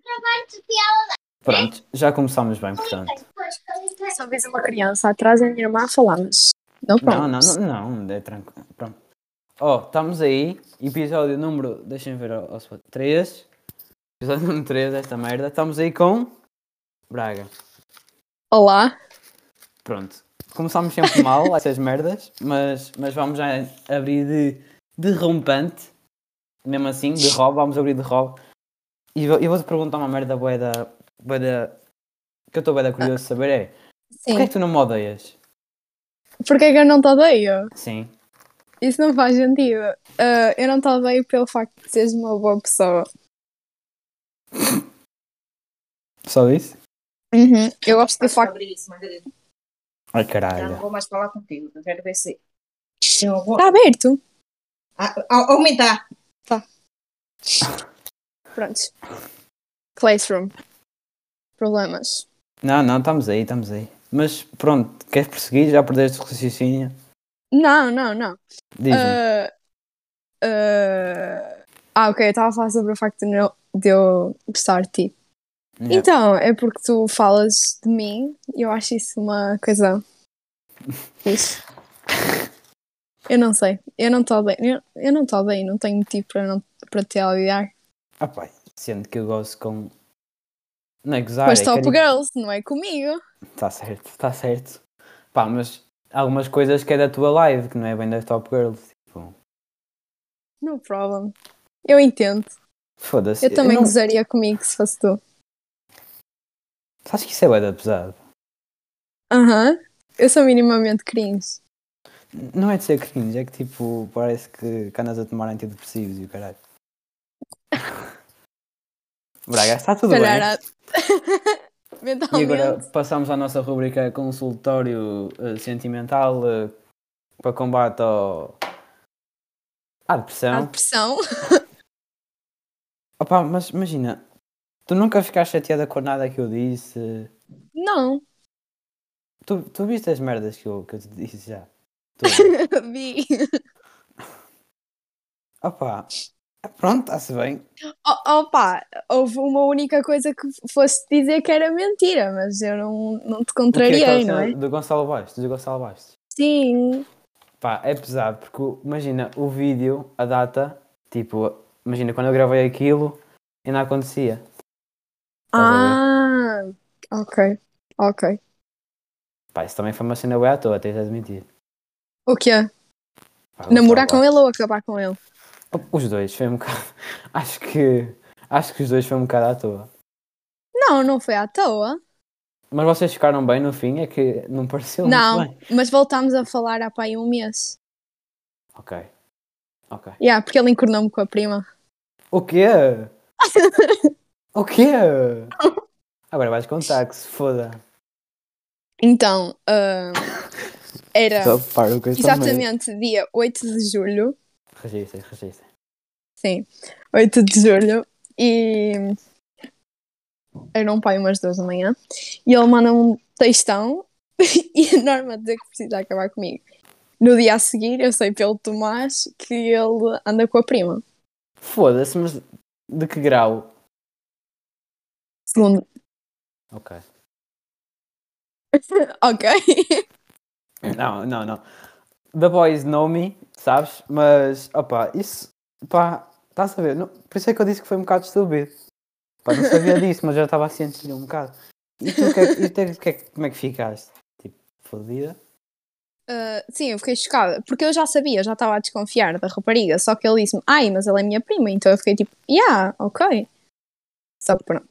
parte dela. Pronto, já começámos bem, portanto. Depois, Só vez uma criança atrás e a minha irmã a falar, mas não pronto. Não, não, não, não, é tranquilo. Pronto. Ó, estamos aí. Episódio número. Deixem ver ao, ao 3. Episódio número 3 desta merda. Estamos aí com. Braga. Olá, Pronto. Começámos sempre mal, essas merdas, mas, mas vamos já abrir de, de rompante. Mesmo assim, de rob, vamos abrir de rob. E vou- eu vou-te perguntar uma merda bué da. bué da- que eu estou bué da curioso de saber é. Porquê é sim. que tu não me odeias? Porquê é que eu não te odeio? Sim. Isso não faz sentido. Ah, eu não te odeio pelo facto de seres uma boa pessoa. Só isso? Uhum. Eu gosto do facto. sobre isso, Margarida. Ai Já não caralho. vou mais falar contigo. Eu quero ver se. Eu vou Está aberto. a- a- aumentar. Prontos. Classroom. Problemas. Não, não, estamos aí, estamos aí. Mas pronto, queres prosseguir? Já perdeste o raciocínio? Não, não, não. Diz-me. Ah, ah, ah, ok, eu estava a falar sobre o facto de, não, de eu gostar de ti. Não. Então, é porque tu falas de mim e eu acho isso uma coisa. Isso. Eu não sei. Eu não estou bem. Eu, eu não estou bem, não tenho motivo para, não, para te odiar. Ah pá, sendo que eu gosto com. Não é gozar, Mas é só cari- por girls, não é comigo. Está certo, está certo. Pá, mas há algumas coisas que é da tua live, que não é bem da Top Girls. Tipo, No problem. Eu entendo. foda-se. Eu também não... gozaria comigo se fosse tu. Sabes que isso é bué de pesado? Aham. Eu sou minimamente cringe. Não é de ser cringe, é que tipo, parece que que andas a tomar antidepressivos e o caralho. Braga, está tudo bem. Calhar há- E Mentalmente. agora passamos à nossa rubrica consultório eh, sentimental eh, para combate ao... à Há depressão. depressão. Opa, mas imagina, tu nunca ficaste chateada com nada que eu disse. Não. Tu, tu viste as merdas que eu, que eu te disse já. Tu. Vi. Opa, pronto, está-se bem. Oh, opa, houve uma única coisa que fosse dizer que era mentira, mas eu não, não te O que é aquela contrariei, não cena é? Do Gonçalo Bastos, do Gonçalo Bastos. Sim. Pá, é pesado, porque o- imagina, o vídeo, a data, tipo, imagina, quando eu gravei aquilo, ainda acontecia. Estás a ver? Ah, ok. Ok. Pá, isso também foi uma cena bué à toa, tens de admitir. O quê? Pá, Namorar com Gonçalo ele ou acabar com ele? Bastos. Os dois, foi um bocado... Acho que... Acho que os dois foi um bocado à toa. Não, não foi à toa. Mas vocês ficaram bem no fim, é que não pareceu Não, muito bem. mas voltámos a falar há pai um mês. Ok. Ok. Yeah, porque ele encornou-me com a prima. O quê? o quê? Agora vais contar que se foda. Então, ah, era Só para com esta merda. É. exatamente dia 8 de julho. Registra, registra. Sim, 8 de julho. E era um pai umas duas da manhã. E ele manda um textão e a Norma dizer que precisa acabar comigo. No dia a seguir, eu sei pelo Tomás que ele anda com a prima. Foda-se, mas de que grau? Segundo. Ok. Ok. É. Não, não, não. The Boys Know Me, sabes? Mas, opá, isso, pá, estás a ver? Não- por isso é que eu disse que foi um bocado estúpido. Pá, não sabia disso, mas já estava a sentir um bocado. E tu, o que é, que- e tu é que- o que é que- como é que ficaste? Tipo, fodida? Ah, sim, eu fiquei chocada. Porque eu já sabia, eu já estava a desconfiar da rapariga. Só que ele disse-me, ai, mas ela é minha prima. Então eu fiquei tipo, yeah, ok. Só que pronto.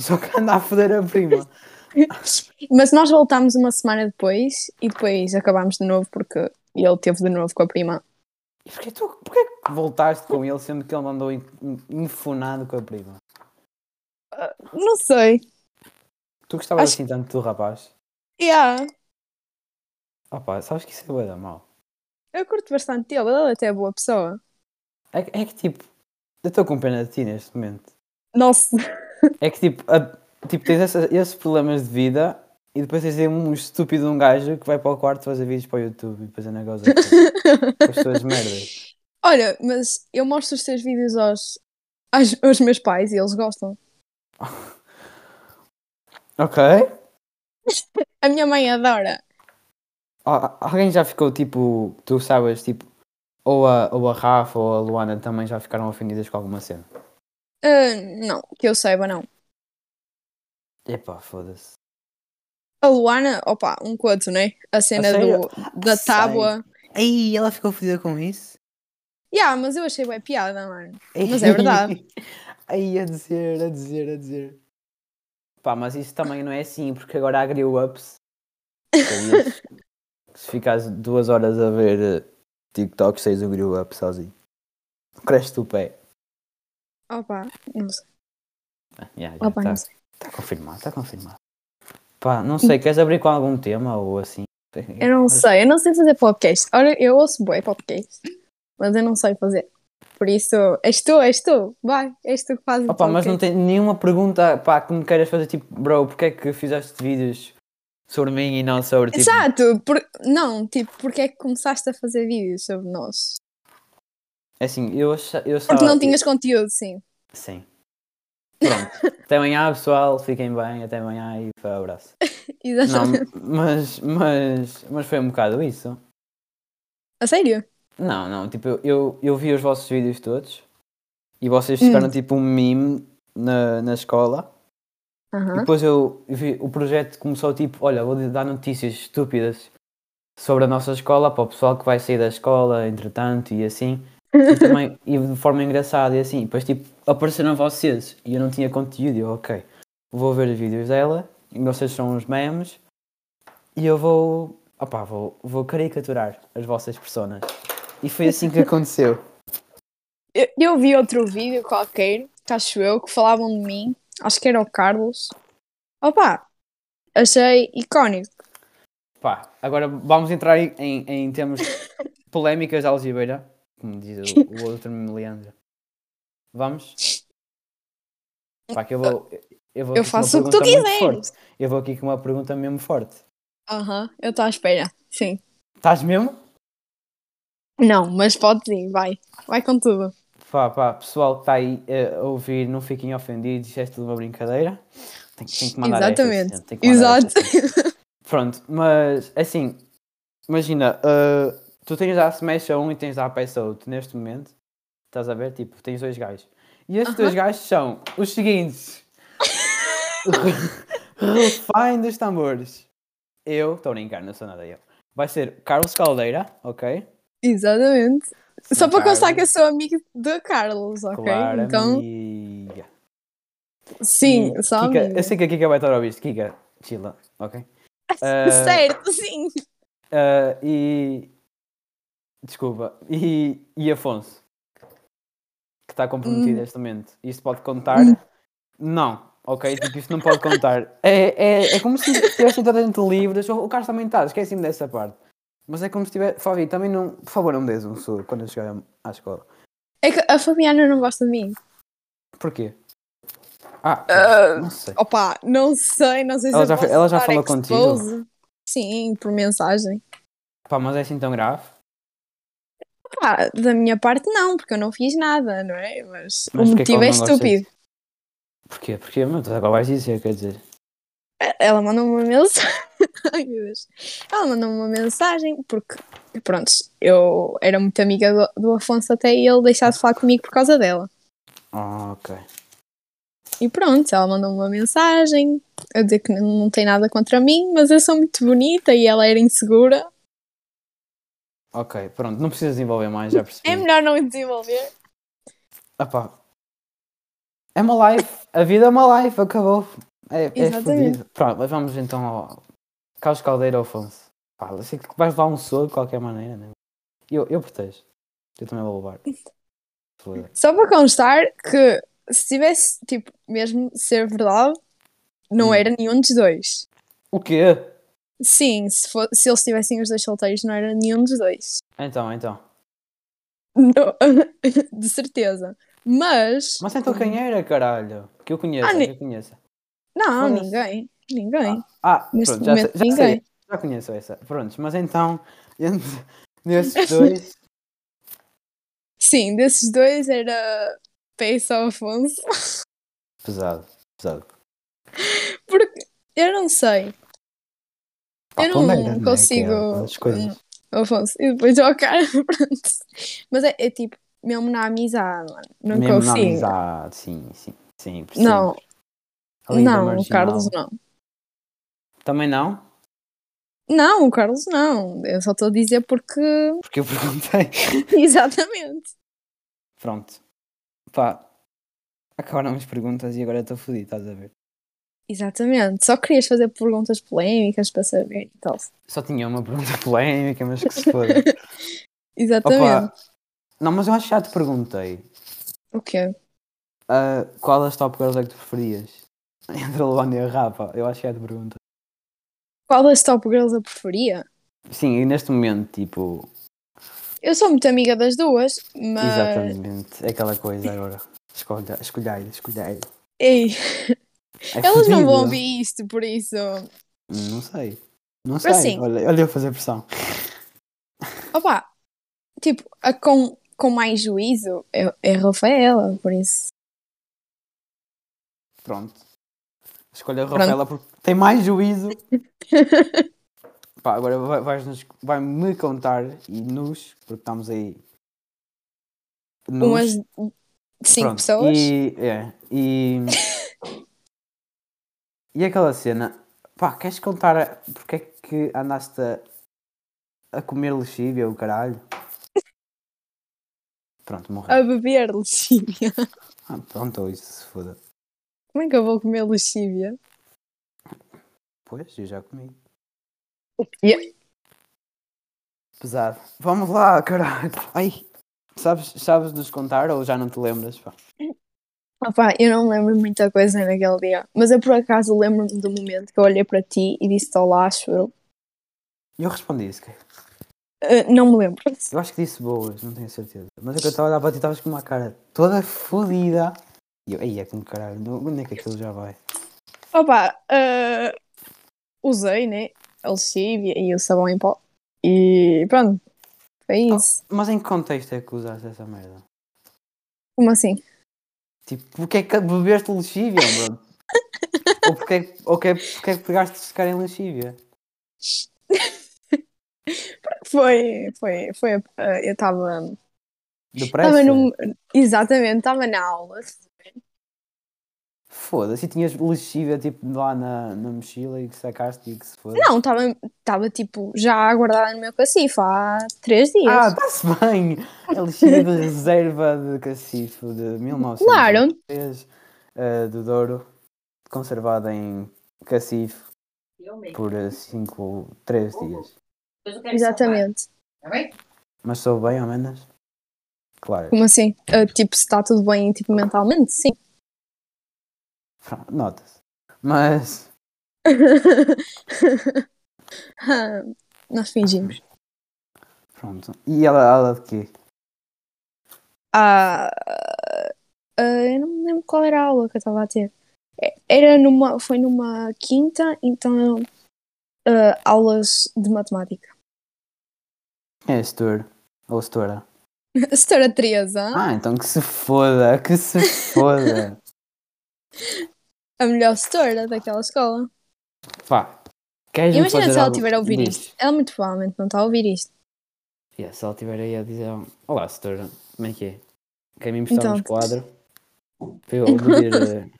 Só que anda a foder a prima. Mas nós voltámos uma semana depois e depois acabámos de novo porque ele teve de novo com a prima. E porquê, tu, porquê que voltaste com ele sendo que ele mandou in- in- infunado com a prima? Não sei. Tu gostavas Acho- assim tanto do rapaz? Yeah, Opa, sabes que isso é bué da mal. eu curto bastante dele, ele até é boa pessoa. É, que- é que tipo, eu estou com pena de ti neste momento. Nossa, É que tipo, a- tipo tens essa- esses problemas de vida e depois tens aí um estúpido de um gajo que vai para o quarto fazer vídeos para o YouTube e depois é anda a gozar com assim, com as suas merdas. olha, mas eu mostro os teus vídeos aos, aos, aos meus pais e eles gostam. Ok. A minha mãe adora. Al- Alguém já ficou tipo, tu sabes, tipo, ou a, ou a Rafa ou a Luana também já ficaram ofendidas com alguma cena? Ah, não, que eu saiba, não. Epá, foda-se. A Luana, opa, um coto, né? A cena sério? do, da Sei. tábua. Ei, ela ficou fodida com isso? Yeah, mas eu achei bem piada, mano. Mas é verdade. Ai, a dizer, a dizer, a dizer. Pá, mas isso também não é assim, porque agora há grill ups. Sabias? Se ficares duas horas a ver eh, TikTok, seis o grill up sozinho. Cresce-te o pé. Opa, não sei. Ah, yeah, yeah, Opa, tá. não sei. Está confirmado, está confirmado. Pá, não sei, queres abrir com algum tema ou assim? Hum. Eu não sei, eu não sei fazer podcast. Olha, eu ouço bué podcast, mas eu não sei fazer. Por isso, és tu, és tu. Vai, és tu que é. fazes o Opa, mas podcast. não tem nenhuma pergunta pá, que me queiras fazer tipo, bro, porque é que fizeste vídeos sobre mim e não sobre tipo. Exato, por... não, tipo, porque é que começaste a fazer vídeos sobre nós? É Assim, eu, acha- eu Porque achava- não tinhas conteúdo, sim. Sim. Pronto. até amanhã, pessoal. Fiquem bem. Até amanhã e foi um abraço. Não, Exatamente. mas, mas, mas foi um bocado isso. A sério? Não, não, tipo, eu- eu, eu vi os vossos vídeos todos e vocês ficaram tipo um meme na, na escola. Aham. E depois eu vi, o projeto começou tipo, olha, vou dar notícias estúpidas sobre a nossa escola para o pessoal que vai sair da escola, entretanto, e assim. E também, e de forma engraçada e assim. Depois tipo, apareceram vocês e eu não tinha conteúdo, e eu, ok, vou ver os vídeos dela, e vocês são os memes, e eu vou, opá, vou, vou caricaturar as vossas personas. E foi assim que aconteceu. Eu, eu vi outro vídeo qualquer, que acho eu, que falavam de mim. Acho que era o Carlos. Opa, achei icónico. Pá, agora vamos entrar em, em, em termos polémicas da algibeira, como diz o, o outro Leandro. Vamos? Pá, que eu vou. Eu, vou Eu aqui com uma faço o pergunta que tu muito quiseres. forte. Eu vou aqui com uma pergunta mesmo forte. Aham, eu estou à espera. Sim. Estás mesmo? Não, mas pode ir, vai. Vai com tudo. Pá, pá, pessoal que está aí eh, a ouvir, não fiquem ofendidos, isto é tudo uma brincadeira. Tem, que- tem que mandar estas, Exatamente. gente, tem que mandar Exato. estas. Pronto, mas assim, imagina, ah, tu tens a Smash a um e tens a peça a outro neste momento, estás a ver? Tipo, tens dois gajos. E estes dois gajos são os seguintes: Refém dos tambores. Eu, estou a brincar, não sou nada eu. Vai ser Carlos Caldeira, ok? Exatamente. Só Sim, para constar Carlos. que eu sou amigo do Carlos, ok? Claro, então, amiga. sim, E só Kika, amigo. Eu sei que a Kika vai estar a ouvir isto. Kika, chila, ok? Ah, Certo, sim. ah, e. Desculpa. E, e Afonso. Que está Hum. comprometido neste momento. Isto pode contar? Não. Ok? Tipo, isto não pode contar. É, é, é como se estivessem toda a gente livres. O o Carlos também está, esqueci-me dessa parte. Mas é como se tivesse. Fabi, também não. Por favor, não me des um soro quando eu chegar à escola. É que a Fabiana não gosta de mim. Porquê? Ah, Ah, não sei. Opa, não sei, não sei se Ela eu já- posso ela já dar falou contigo? expose. Sim, por mensagem. Pá, mas é assim tão grave. Pá, Ah, da minha parte não, porque eu não fiz nada, não é? Mas, Mas o porque é que motivo ela é não gosta estúpido. Porquê? Porquê? Mas tu agora vais dizer, quer dizer. Ela mandou-me uma mensagem. Ai meu Deus. Ela mandou-me uma mensagem porque, pronto, eu era muito amiga do, do Afonso até ele deixar de falar comigo por causa dela. Ah, ok. E pronto, ela mandou-me uma mensagem a dizer que não não tem nada contra mim, mas eu sou muito bonita e ela era insegura. Ok, pronto, não precisas desenvolver mais, já percebi. É melhor não desenvolver. Epá. É uma life, a vida é uma life, acabou. É, é Exatamente. fodido. Pronto, mas vamos então ao Carlos Caldeira Afonso. Pá, eu sei que vais levar um soco de qualquer maneira, né? Eu, eu protejo. Eu também vou levar. Foda. Só para constar que se tivesse, tipo, mesmo de ser verdade, não Hum. era nenhum dos dois. O quê? Sim, se, fo- se eles tivessem os dois solteiros, não era nenhum dos dois. Então, então. Não- De certeza. Mas. Mas então quem era, caralho? Que eu conheça, Ah, que ni- eu conheça. Não, Foda-se. ninguém. Ninguém. Ah, Neste pronto, já, sei- momento, já sei. ninguém. Já conheço essa. Prontos, mas então, entre nesses dois, Sim, desses dois era. Peça Afonso. pesado. pesado. Porque eu não sei. Pá, Eu pô, não merda, é? consigo- Que é, as coisas. Afonso, e depois eu ao cara, pronto. Mas é, é tipo, mesmo na amizade, mano. Não Mesmo na consigo. amizade, sim, sim. sim Não, percebo. Ali da não, o marginal. Carlos não. Também não? Não, o Carlos não. Eu só estou a dizer porque. Porque eu perguntei. Exatamente. Pronto. Pá. Acabaram as perguntas e agora estou fodido, estás a ver? Exatamente. Só querias fazer perguntas polémicas para saber e tal. Só tinha uma pergunta polémica, mas que se foda. Exatamente. Opa. Não, mas eu acho que já te perguntei. O quê? ah, qual das top girls é que tu preferias? Entre a Luana e a Rafa, eu acho que já te perguntei. Qual das top girls eu preferia? Sim, e neste momento, tipo, Eu sou muito amiga das duas, mas. exatamente, é aquela coisa agora. Escolha, escolhei, escolhei. Ei, É elas não fodido. vão ouvir isto, por isso. Não sei. Não sei. Mas sim. Olha, olha eu fazer pressão. Opa, tipo, a com, com mais juízo é, é a Rafaela, por isso. Pronto. Escolha a Rafaela porque tem mais juízo. Pá, agora vai, vais-nos- vai-me contar e nos, porque estamos aí. Nos. Umas cinco Pronto, pessoas. E, é, e... e aquela cena, pá, queres contar porque é que andaste a, a comer lexívia, o caralho? Pronto, morreu. A beber lexívia. Ah, pronto, isso se foda. Como é que eu vou comer lexívia? Pois, eu já comi. O quê? Pesado. Vamos lá, caralho. Ai, sabes, sabes nos contar ou já não te lembras? Pá? Opa, eu não lembro muita coisa naquele dia, mas eu por acaso lembro-me do momento que eu olhei para ti e disse-te olá, acho eu. Eu respondi isso, cara. Ah, não me lembro. Eu acho que disse boas, não tenho certeza. Mas é que eu estava a olhar para ti, estavas com uma cara toda fodida. E eu, aí é como caralho, não- onde é que aquilo já vai? Opa, ah, usei, né? A lexívia e o sabão em pó. E pronto, foi isso. Mas em que contexto é que usaste essa merda? Como assim? Tipo, porque é que bebeste lexívia, mano? ou porque é, que- ou que é, porque é que pegaste esse cara em lexívia? Foi, foi, foi. ah, eu estava. Depressa? Estava num. Exatamente, estava na aula. Foda-se, e tinhas lexívia tipo lá na, na mochila e que sacaste e que se foda. Não, estava estava tipo já aguardada no meu cacifo há três dias. Ah, está-se bem! É lexívia de reserva de cacifo de 1900. claro, do eh, Douro, conservada em cacifo Eu mesmo. por eh, 5, 3 dias. Depois eu quero exatamente. salvar, Tá bem? Mas sou bem, ao menos? Claro. Como assim? Ah, tipo, se está tudo bem tipo, mentalmente, sim. Pronto, Nota-se. Mas, Ah, Nós fingimos. pronto. E ela, ela de quê? Ah, ah, eu não me lembro qual era a aula que eu estava a ter. É- Era numa, foi numa quinta, então ah, aulas de matemática. É Stor. Ou Stora. Setora Teresa, Ah, então que se foda, que se foda. a melhor setora daquela escola. Pá. é Queres Imagina se ela estiver estiver a ouvir isto. Ela muito provavelmente não está a ouvir isto. se ela estiver aí a dizer: Olá, Stora, como é que é? Quer me emprestar Então. um quadro? Para eu medir, eh,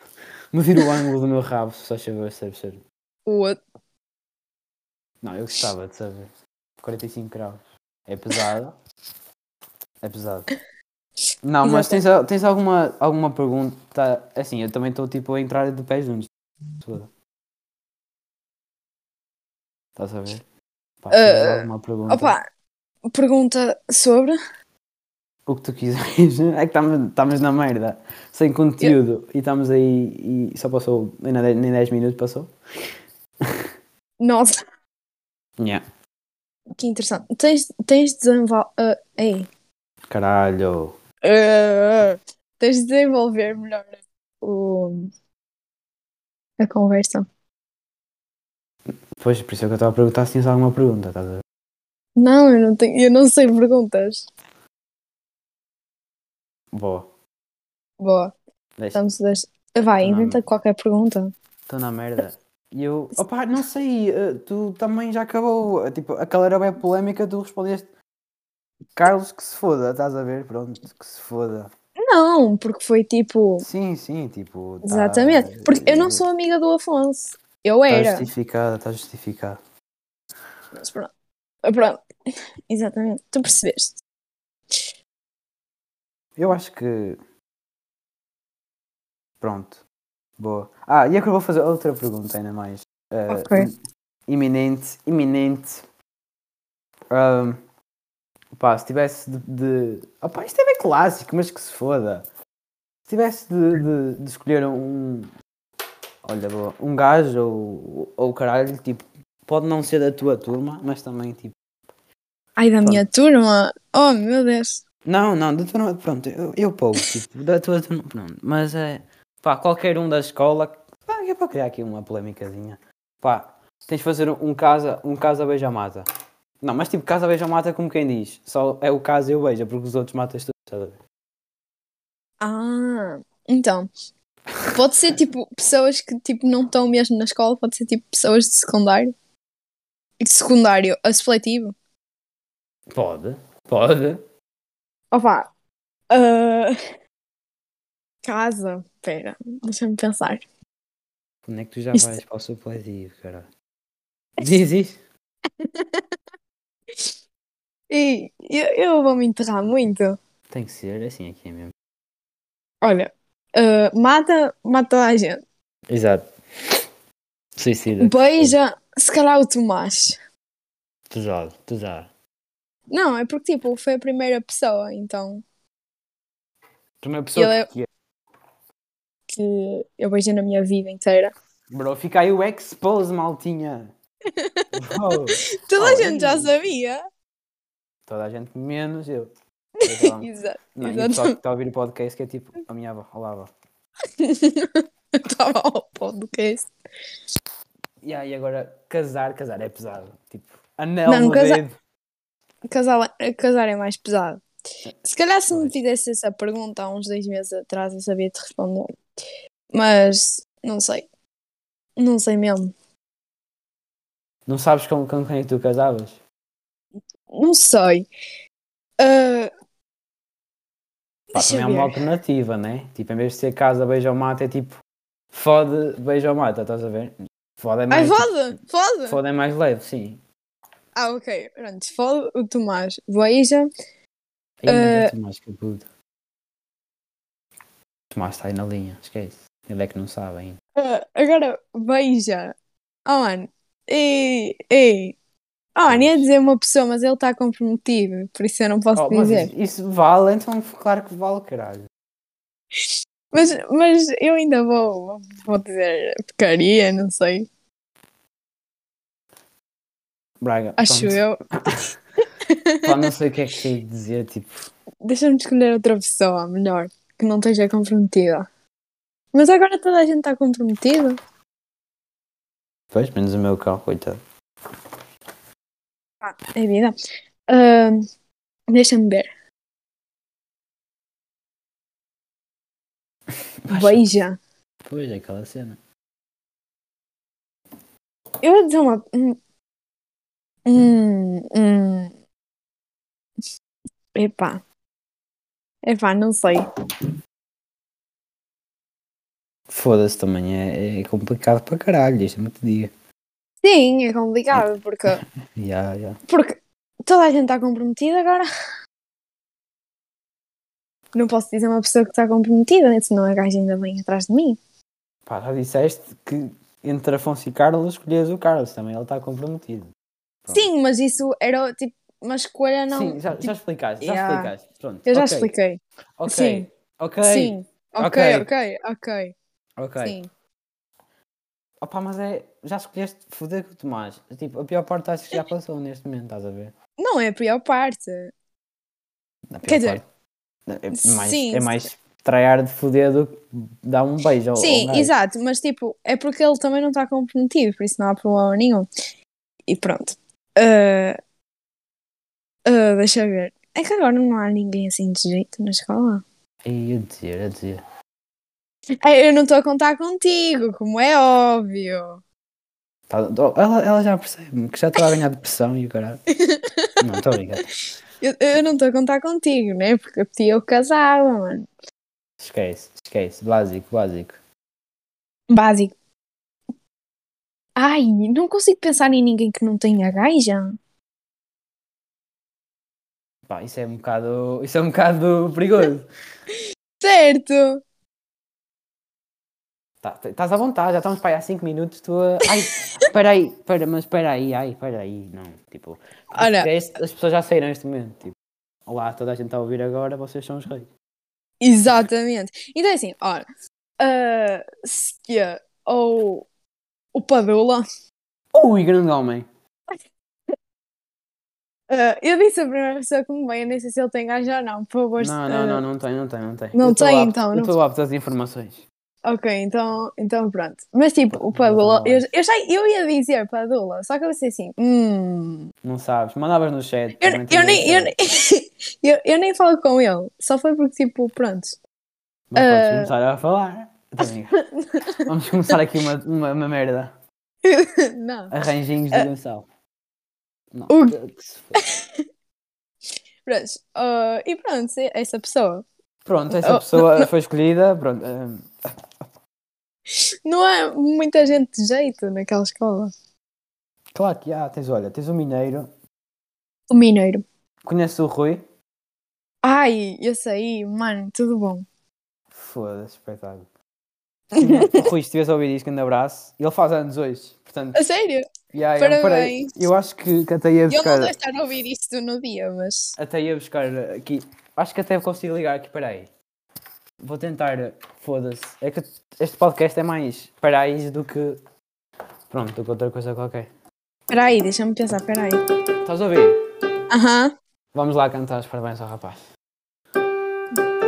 medir o ângulo do meu rabo, se só chover, sabe, sabe? What? Não, eu gostava de saber. 45 graus. É pesado. É pesado. Não, mas tens, al- tens alguma, alguma pergunta? Assim, eu também estou tipo a entrar de pés juntos. Toda. Estás Tá a ver? Pá, se tens Ah, alguma pergunta? Opa, pergunta sobre. O que tu quiseres. É que estamos- estamos na merda. Sem conteúdo. E estamos aí e só passou. Nem 10, nem 10 minutos passou. Nossa, Yeah. que interessante. Tens, tens desenvol... ah, ei. Caralho. Ah, tens de desenvolver melhor o... a conversa. Pois, por isso é que eu estava a perguntar se tinhas alguma pergunta. Estás a ver? Não, eu não tenho, eu não sei perguntas. Boa. Boa, Deixa. estamos a Vai, Não. inventa qualquer pergunta. Estou na merda. E eu, opá, não sei, eh, tu também já acabou. eh, Tipo, aquela era bem polémica, tu respondeste Carlos que se foda, estás a ver? Pronto, que se foda. Não, porque foi tipo. Sim, sim, tipo. tá- Exatamente. Porque eu eh, não sou amiga do Afonso. Eu Está era. justificado, está justificado. Mas pronto. Ah, Pronto. Exatamente. Tu percebeste. Eu acho que. Pronto. Boa. Ah, e agora vou fazer outra pergunta ainda mais. eh, Ok. im- Iminente, iminente. Ahm, pá, se tivesse de. de... Opá, isto é bem clássico, mas que se foda. Se tivesse de, de- de escolher um. Olha, boa. Um gajo ou, ou caralho, tipo. Pode não ser da tua turma, mas também, tipo. Ai, da minha turma. Oh, meu Deus. Não, não, da tua não, pronto, eu, eu pouco, tipo, da tua turma, pronto, mas é, pá, qualquer um da escola, pá, é para criar aqui uma polemicazinha, pá, tens de fazer um casa, um casa beija mata, não, mas tipo, casa beija mata como quem diz, só é o casa e o beija, porque os outros matas todos, estás a ver? Ah, então. Pode ser tipo pessoas que tipo, não estão mesmo na escola, pode ser tipo pessoas de secundário. E de secundário a supletivo. Pode, pode, Opa. ah, Casa. Pera, deixa-me pensar. quando é que tu já Isto- vais para o supletivo, cara? Diz isso, E eu, eu vou me enterrar muito. tem que ser, assim aqui é mesmo. Olha, ah, mata, mata toda a gente. Exato. Suicida. Beija, se calhar o Tomás. Pesado, pesado. Não, é porque tipo, foi a primeira pessoa, então, Primeira pessoa Ele é- que... que eu beijei na minha vida inteira. Bro, fica aí o expose, maltinha. Bro, Toda a Olha gente já aí. sabia. toda a gente menos eu. Eu já- Exato. Não, e o pessoal que está a ouvir o podcast que é tipo a minha avó, olá avó. Estava ao podcast. Yeah, e agora casar, casar é pesado. Tipo, anel Não, no casa- dedo. Casar, casar é mais pesado. Se calhar se me fizesse essa pergunta há uns dois meses atrás eu sabia te responder. Mas não sei. Não sei mesmo. Não sabes com, com quem é tu casavas? Não sei. Ah, Pá, deixa também é eu ver. uma alternativa, né? Tipo, em vez de ser casa, beija ou mata, é tipo fode, beija ou mata, estás a ver? Fode é Ai, mais, foda! Foda! tipo, fode é mais leve, sim. Ah, ok. Pronto, foda o Tomás. Beija. Ih, mas Eh, é Tomás, que puto. Tomás está tá aí na linha, esquece. Ele é que não sabe ainda. Ah, agora, beija. Oh, mano. Ei, ei. Oh, mano, ia dizer uma pessoa, mas ele está comprometido, por isso eu não posso Oh, mas dizer. isso, isso vale, então claro que vale, caralho. Mas, mas eu ainda vou, vou dizer porcaria, não sei. Braga, Acho pronto. eu. Pá, não sei o que é que tenho de dizer, tipo, Deixa-me escolher outra pessoa, melhor, que não esteja comprometida. Mas agora toda a gente está comprometida. pois, menos o meu carro, coitado. Ah, é vida. Ah, Deixa-me ver. Beija. Pois, é aquela cena. Eu vou dizer uma. Hum. Hum. hum. Epá. Epá, não sei. Foda-se também, é, é complicado para caralho, é deixa-me que te diga. Sim, é complicado porque. Já, já. Porque toda a gente está comprometida agora. Não posso dizer uma pessoa que está comprometida, né? senão a gaja ainda vem atrás de mim. Pá, já disseste que entre Afonso e Carlos escolhias o Carlos também, ele está comprometido. Pronto. Sim, mas isso era tipo uma escolha, não. Sim, já, já explicaste, já Yeah. explicaste. Pronto. Eu já ok, expliquei. Ok, Sim. ok, Sim. Ok, ok, ok. ok. Sim. Opa, mas é, já escolheste foder com o Tomás. Tipo, a pior parte acho que já passou neste momento, estás a ver? Não é a pior parte. Na Quer pior dizer, parte. é mais, sim, é se- mais tryhard de foder do que dar um beijo ao ao Sim, gajo. exato, mas tipo, é porque ele também não está comprometido, por isso não há problema nenhum. E pronto. Ah, ah, deixa eu ver. É que agora não há ninguém assim de jeito na escola. E a dizer, a dizer. Eu não estou a contar contigo, como é óbvio. Tá- oh, ela, ela já percebe que já está a ganhar depressão e o caralho. Não, estou a brincar. Eu, eu não estou a contar contigo, né? Porque eu podia eu casava, mano. Esquece, esquece. Básico, básico. Básico. Ai, não consigo pensar em ninguém que não tenha gaja. Pá, isso é um bocado. Isso é um bocado perigoso. Certo! Tá, t- Estás à vontade, já estamos para aí há 5 minutos. Tu a. Ai, espera aí, espera, mas espera aí, ai, espera aí. Não, tipo. Ora. é isso- As pessoas já saíram neste momento. Tipo, olá, toda a gente está a ouvir agora, vocês são os reis. Exatamente. Então é assim, ora. ah, se que ou o Padula. Ui, grande homem. Ah, eu disse a primeira pessoa que me veio, nem sei se ele tem gaja ou não, por favor. Não, ah, não, não, não tem, não tem, não tem. não Eu estou tem, apto- então, Eu não- estou apto às informações. Ok, então, então pronto. Mas tipo, o Não, Padula, não é. eu, eu, já, eu ia dizer Padula, só que eu pensei assim, hum. Não sabes. Mandavas no chat. Eu, também eu tinha nem, eu, essa. nem- eu, eu nem falo com ele, só foi porque tipo, pronto. Mas podes Ah. começar a falar. Tô a brincar. Vamos começar aqui uma, uma, uma merda. não. Arranjinhos de lençol. Não. Eh, o- Pronto, ah, e pronto, essa pessoa. Pronto, essa Oh, pessoa foi escolhida. Pronto. hum, Não há muita gente de jeito naquela escola. claro que há. Tens, olha, tens o Mineiro. O Mineiro. Conheces o Rui? Ai, eu sei, mano, tudo bom. Foda-se, espetáculo. O Rui, se tivesse a ouvir isto, grande abraço. Ele faz anos hoje. Portanto, A sério? yeah, yeah, parei. parabéns. Eu acho que, que até ia Ele não buscar. deve estar a ouvir isto no dia, mas. Até ia buscar aqui. Acho que até consigo ligar aqui, peraí. Vou tentar. Foda-se. É que este podcast é mais paraíso do que. Pronto, do que outra coisa qualquer. Peraí, deixa-me pensar, peraí. Estás a ouvir? Aham. Vamos lá cantar os parabéns ao rapaz.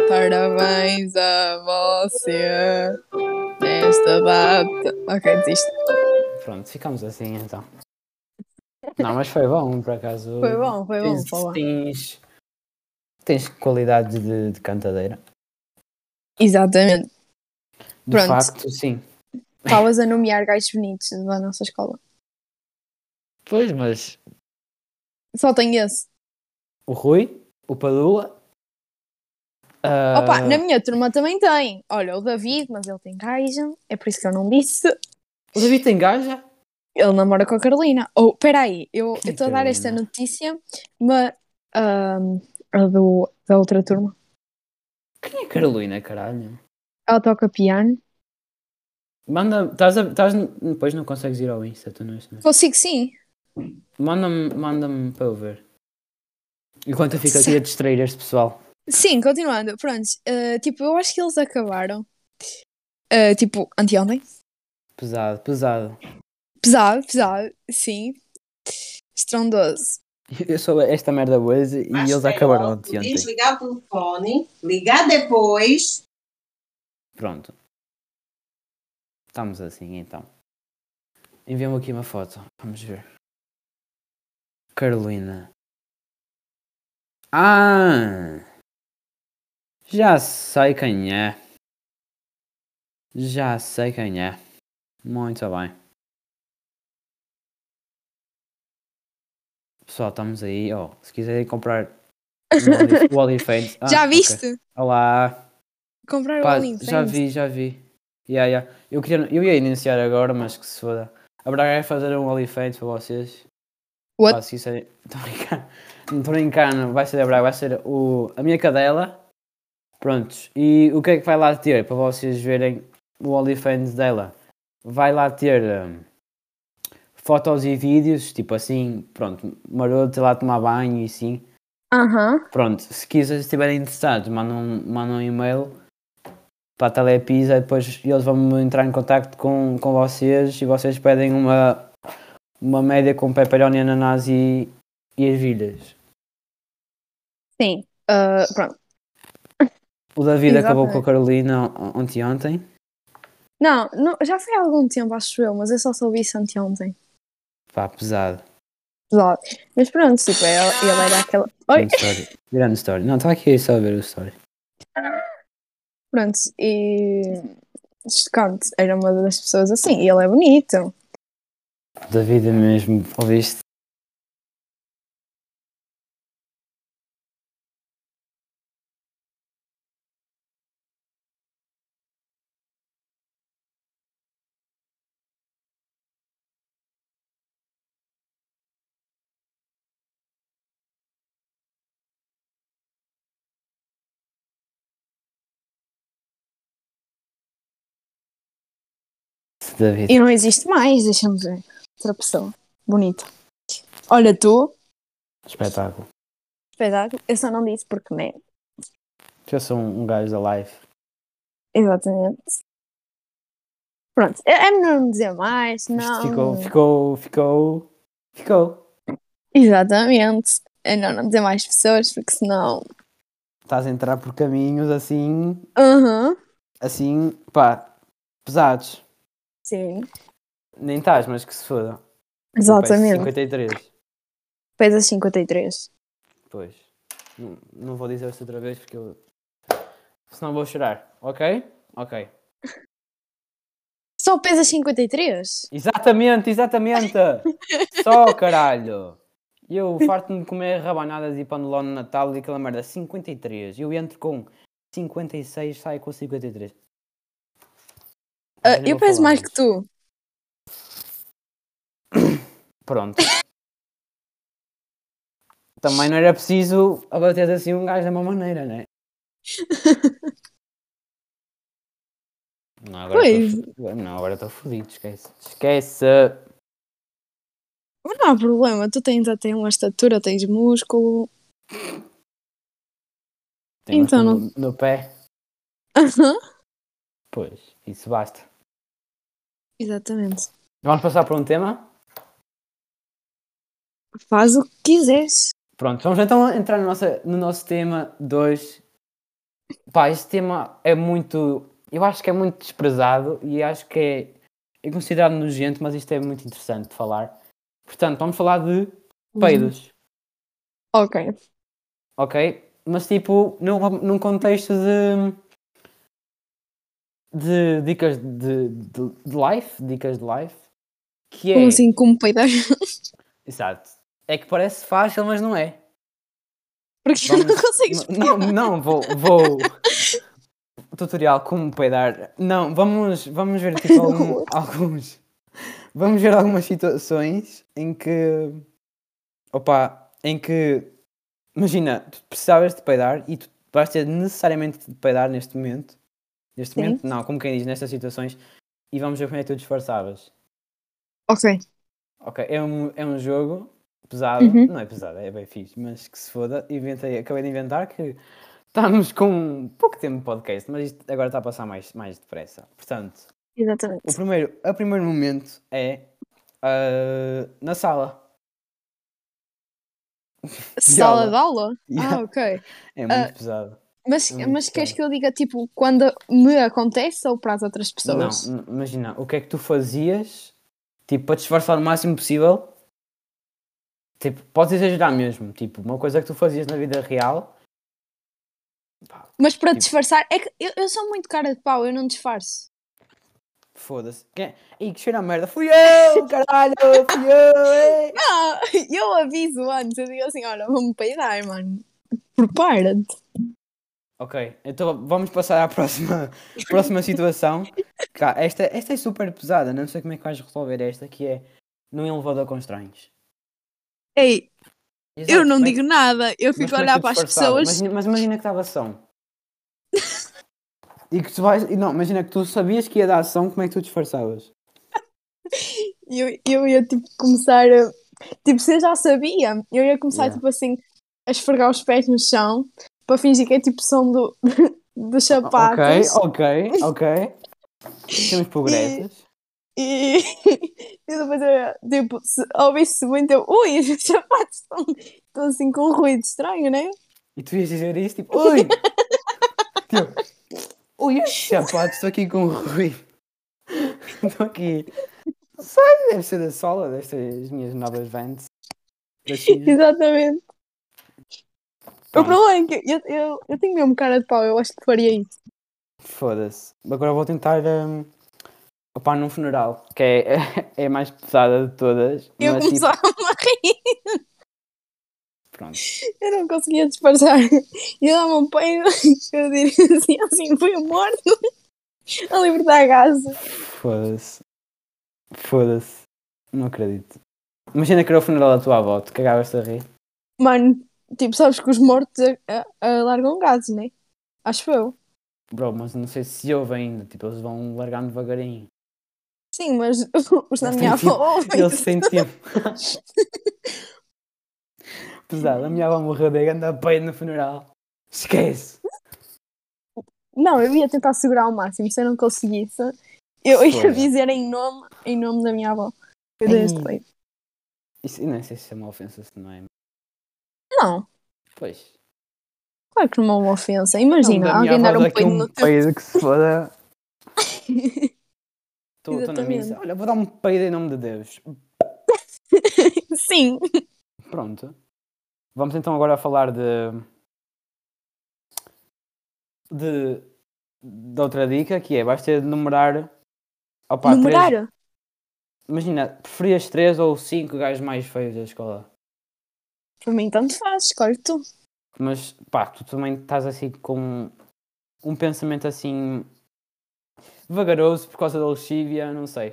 Parabéns a você nesta data. Ok, desisto. Pronto, ficamos assim então. Não, mas foi bom, por acaso. Foi bom, foi bom, Tens- foi bom. Tens, tens qualidade de, de cantadeira. Exatamente. De Pronto. facto, sim. Estavas a nomear gajos bonitos da nossa escola. Pois, mas Só tenho esse. o Rui, o Padula. ah, Opa, na minha turma também tem. Olha, o David, mas ele tem gaja. É por isso que eu não disse. O David tem gaja? Ele namora com a Carolina. Oh, peraí, eu Quem é estou a dar esta Carolina? notícia, mas ahm, a do, da outra turma. Quem é Carolina, caralho? Ela toca piano. Manda, estás a, estás, depois não consegues ir ao Insta, tu não és, não. Consigo sim. Manda-me, manda-me para eu ver. Enquanto eu fico aqui a distrair este pessoal. Sim, continuando. Pronto, ah, tipo, eu acho que eles acabaram. ah, tipo, anteontem. Pesado, pesado. Pesado, pesado, sim. Estrondoso. Eu sou esta merda hoje e eles acabaram de ontem. é Desligar o telefone, ligar depois. Pronto. Estamos assim então. Envia-me aqui uma foto. Vamos ver. Carolina. Ah! Já sei quem é. Já sei quem é. Muito bem. Pessoal, estamos aí. Oh, se quiserem comprar o Oli- o OnlyFans. Ah, já ok. viste? Olá. Comprar Pá, o é Olin já vi, já vi. Yeah, yeah. Eu, queria, eu ia iniciar agora, mas que se foda. A Braga é fazer um OnlyFans para vocês. What? Pá, se quiserem- Tô a brincar. Não estou brincando, não vai ser a Braga, vai ser o, a minha cadela. Prontos. E o que é que vai lá ter para vocês verem o OnlyFans dela? Vai lá ter hum, fotos e vídeos, tipo assim, pronto, maroto, sei lá tomar banho e assim. Aham. Pronto, se quiserem, se estiverem interessados, mandam, mandam um e-mail para a Telepisa e depois eles vão entrar em contacto com, com vocês e vocês pedem uma, uma média com pepperoni, ananás e, e ervilhas. Sim. Ah, pronto. O David acabou Exatamente. com a Carolina on- ontem ontem. Não, não, já foi há algum tempo, acho eu, mas eu só soube isso anteontem. Pá, pesado. Pesado. Mas pronto, tipo, ele, ele era aquela. Oi? Grande história. Grande história. Não, estava aqui só a ver o story. Pronto, e chocante. Era uma das pessoas assim. E ele é bonito. Da vida mesmo, ouviste? David. E não existe mais. Deixa-me ver. Outra pessoa. Bonita. Olha, tu. Espetáculo. Espetáculo. Eu só não disse porque, né? Eu sou um, um gajo da live. Exatamente. Pronto. É é melhor não dizer mais. Não. Isto ficou, ficou, ficou, ficou. Exatamente. É melhor não dizer mais pessoas porque senão. Estás a entrar por caminhos assim, Aham. assim, pá, pesados. Sim. Nem estás, mas que se foda. Tipo, é Exatamente. Pés 53. Pesas 53. Pois. Não, não vou dizer isso outra vez porque eu. Senão vou chorar. Ok? Ok. Só pesas 53? Exatamente, exatamente! Só caralho! Eu farto-me de comer rabanadas e panelão no Natal e aquela merda. 53. Eu entro com 56, saio com 53. Ah, Olha, eu vou peso falar mais que nisso. tu. Pronto. Também não era preciso abater assim um gajo da mesma maneira, né? não agora Pois. tô fu- Não, agora estou fodido, esquece. Esquece! Mas não há problema, tu tens até uma estatura, tens músculo. Tenho Então um no, no pé. Aham. Pois, isso basta. Exatamente. Vamos passar para um tema? Faz o que quiseres. Pronto, vamos então entrar no nosso, no nosso tema 2. Pá, este tema é muito. Eu acho que é muito desprezado e acho que é, é considerado nojento, mas isto é muito interessante de falar. Portanto, vamos falar de Uhum. peidos, Ok. É. ok? Mas tipo, num, num contexto de. de dicas de, de, de life, dicas de life, que é. Como assim, como peidar? Exato. É que parece fácil, mas não é. Porque Vamos- não consegues. N- Não, não, vou, vou. Tutorial como peidar. Não, vamos, vamos ver tipo, algum- alguns. Vamos ver algumas situações em que. Opa, em que. Imagina, tu precisavas de peidar e tu vais ter necessariamente de peidar neste momento. Neste Sim. momento, não, como quem diz, nestas situações. E vamos ver como é que tu disfarçavas. Ok. Ok, é um, é um jogo pesado. Uhum. Não é pesado, é bem fixe, mas que se foda. Inventei, acabei de inventar que estamos com pouco tempo de podcast, mas isto agora está a passar mais, mais depressa. Portanto, Exatamente. o primeiro, o primeiro momento é ah, na sala. Sala aula. de aula? Yeah, Ah, ok. É muito pesado. Mas, É muito mas queres pesado. que eu diga, tipo, quando me acontece ou para as outras pessoas? Não, n- imagina, o que é que tu fazias tipo para disfarçar o máximo possível? Tipo, podes exagerar mesmo, tipo, uma coisa que tu fazias na vida real. Pá, Mas para Tipo- disfarçar, é que eu, eu sou muito cara de pau, eu não disfarço. Foda-se. Quem... Ih, que cheiro a merda. Fui eu, caralho, fui eu. ei! Ah, eu aviso antes, eu digo assim, olha, vamos peidar, mano. Prepara-te. Ok, então vamos passar à próxima, próxima situação. Cá, esta, esta é super pesada, não sei como é que vais resolver esta, que é num elevador com estranhos. Ei, Exato, eu não como é que- digo nada, eu mas como é fico a que olhar tu para as disfarçavas? pessoas. Imagina- mas imagina que estava ação. e que tu vais. e Não, imagina que tu sabias que ia dar ação, como é que tu disfarçavas? E eu, eu ia tipo começar a. Tipo, se eu já sabia, eu ia começar Yeah. tipo assim a esfregar os pés no chão para fingir que é tipo som do, dos sapatos. Ok, ok, ok. Temos progressos. E, e depois eu ia, tipo, se ouvisse muito, eu, ui, os sapatos estão, estão assim com um ruído estranho, né? E tu ias dizer isso, tipo, ui! tipo, ui, os sapatos, estou aqui com o Rui. Estou aqui. Não sei, deve ser da sola destas minhas novas vans. da China. Exatamente. O Pronto. problema é que eu, eu, eu tenho mesmo cara de pau, eu acho que faria isso. Foda-se. Agora vou tentar. hum, opá, num funeral, que é, é a mais pesada de todas. Eu mas, tipo, começava a rir, pronto. eu não conseguia disfarçar. E eu dava um peito, eu diria assim, assim, fui morto. A libertar gás. Foda-se. Foda-se. Não acredito. Imagina que era o funeral da tua avó, tu cagavas-te a rir. Mano, tipo, sabes que os mortos a- a- largam gases, né? Acho eu. Bro, mas não sei se ouve ainda, tipo, eles vão largar devagarinho. Sim, mas os da Eles minha têm tipo- avó ouvem. Eles têm tempo. Pesado, a minha avó morreu de grande apoio no funeral. Esquece! Não, eu ia tentar segurar ao máximo. Se eu não conseguisse, eu ia Foda. dizer em nome, em nome da minha avó. Eu Ei. dei este peito. Isso, eu nem sei se é uma ofensa, se não é. Não, Pois. claro que não é uma ofensa. Imagina, Não, da minha alguém dar avó um daqui a peito no teu. peido que se foda. Estou na Exatamente. missa. Olha, vou dar um peido em nome de Deus. Sim. Pronto. Vamos então agora falar de. de. de outra dica que é: vais ter de numerar. Opa, três- Numerar? imagina, preferias três ou cinco gajos mais feios da escola. Para mim, tanto faz, escolhe tu. Mas pá, tu também estás assim com um pensamento assim. vagaroso por causa da lexívia, não sei.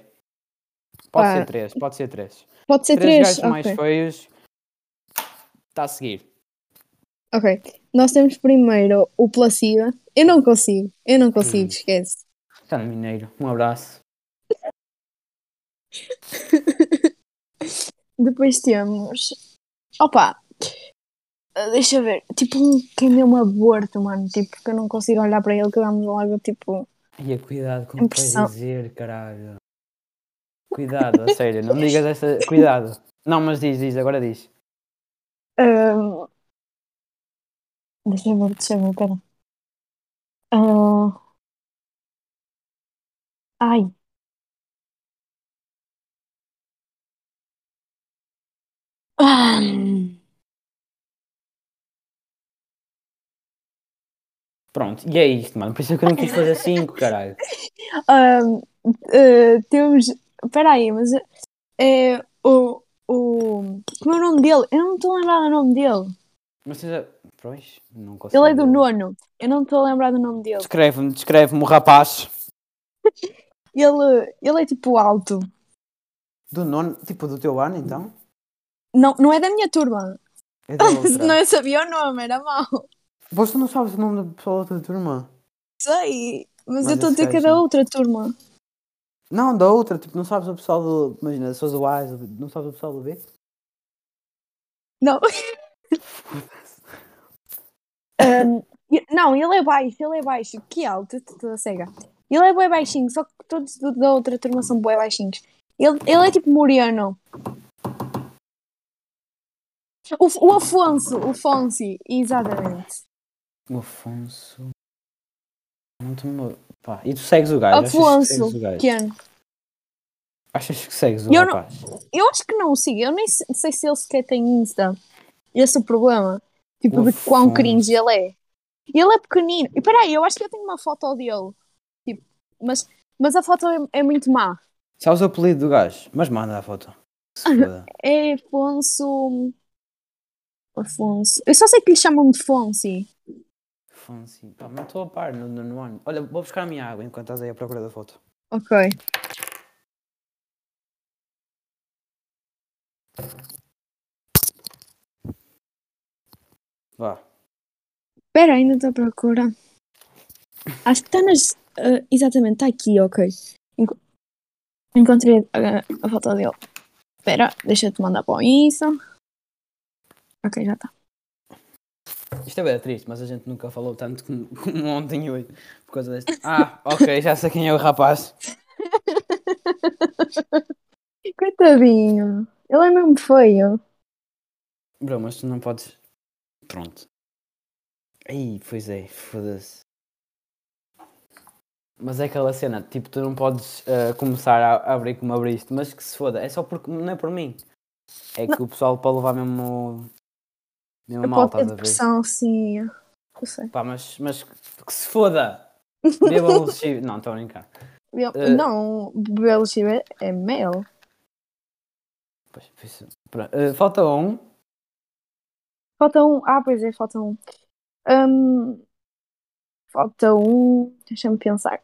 Pode Pá. ser três, pode ser três. Pode ser três três. gajos mais Ok. feios. Está a seguir. ok. Nós temos primeiro o Placida. Eu não consigo. Eu não consigo, Hum. esquece. Está no Mineiro. Um abraço. Depois temos. Opa! Ah, Deixa eu ver. Tipo, um que é mesmo aborto, mano. Tipo, que eu não consigo olhar para ele, que dá-me logo, tipo. E a cuidado com o que vais Impressão. dizer, caralho. Cuidado, a sério, não digas essa. Cuidado. Não, mas diz, diz, agora diz. Ahm, Deixa eu ver, deixa eu ver, pera. Ah, Ai. Ah, Pronto, e é isto, mano. Por isso é que eu não quis fazer 5, caralho. ahm, ah, temos. Espera aí, mas é o, o. Como é o nome dele? Eu não estou a lembrar do nome dele. Mas tens a. Pois, não consigo. Ele é do nono. Eu não estou a lembrar do nome dele. Descreve-me, descreve-me o rapaz. Ele, ele é tipo alto. Do nono, tipo do teu ano, então? Não, não é da minha turma. É da outra. Não é- eu sabia o nome, era mau. Você não sabes o nome da pessoa da outra turma? Sei, mas, Mas eu estou a esse dizer que é gajo da não. outra turma. Não, da outra, tipo, não sabes o pessoal do. Imagina, pessoas do A, não sabes o pessoal do B? Não. Ahm, e- não, ele é baixo, ele é baixo. Que alto, toda cega. Ele é bem baixinho, só que todos do- da outra turma são bem baixinhos. Ele, ele é tipo Moriano. O, F- o Afonso, o Fonsi, exatamente. O Afonso. Não te mo- Pá, e tu segues o gajo? achas que Afonso, segues o gajo? pequeno. Achas que segues o Eu não- rapaz? Eu acho que não o sigo, eu nem se- sei se ele sequer tem Insta. Esse é o problema. Tipo, de quão Afonso. cringe ele é. Ele é pequenino. E peraí, eu acho que eu tenho uma foto dele. Tipo, mas, mas a foto é, é muito má. Sabes o apelido do gajo? Mas manda a foto. Se foda. É Afonso. Afonso. Eu só sei que lhe chamam de Fonsi. Afonso. Pá, não estou a par no, no, no ano. Olha, vou buscar a minha água enquanto estás aí à procura da foto. Ok. Vá. Espera, ainda estou à procura. Acho que está nas. ah, exatamente, está aqui, ok. Enco- Encontrei ah, a foto dele. Espera, deixa-te mandar para o Insta. Ok, já está. Isto é bem triste, mas a gente nunca falou tanto como, como ontem e hoje. Por causa deste. Ah, ok, já sei quem é o rapaz. Coitadinho, ele é mesmo feio. Bro, mas tu não podes. Pronto. Aí, pois é, foda-se. Mas é aquela cena, tipo, tu não podes eh, começar a, a abrir como abriste, mas que se foda, é só porque não é por mim. É que o pessoal pode levar mesmo. mesmo Eu mal, posso estás ter É a ver? depressão, sim. Eu sei. Pá, mas, mas que se foda! Beba o chibi. Não, estou a brincar. Mel- Eh. Não, belo chibe é mel. Pois, por isso- pronto. Eh, falta um. Falta um. Ah, pois é, falta um. Hum, falta um. Deixa-me pensar.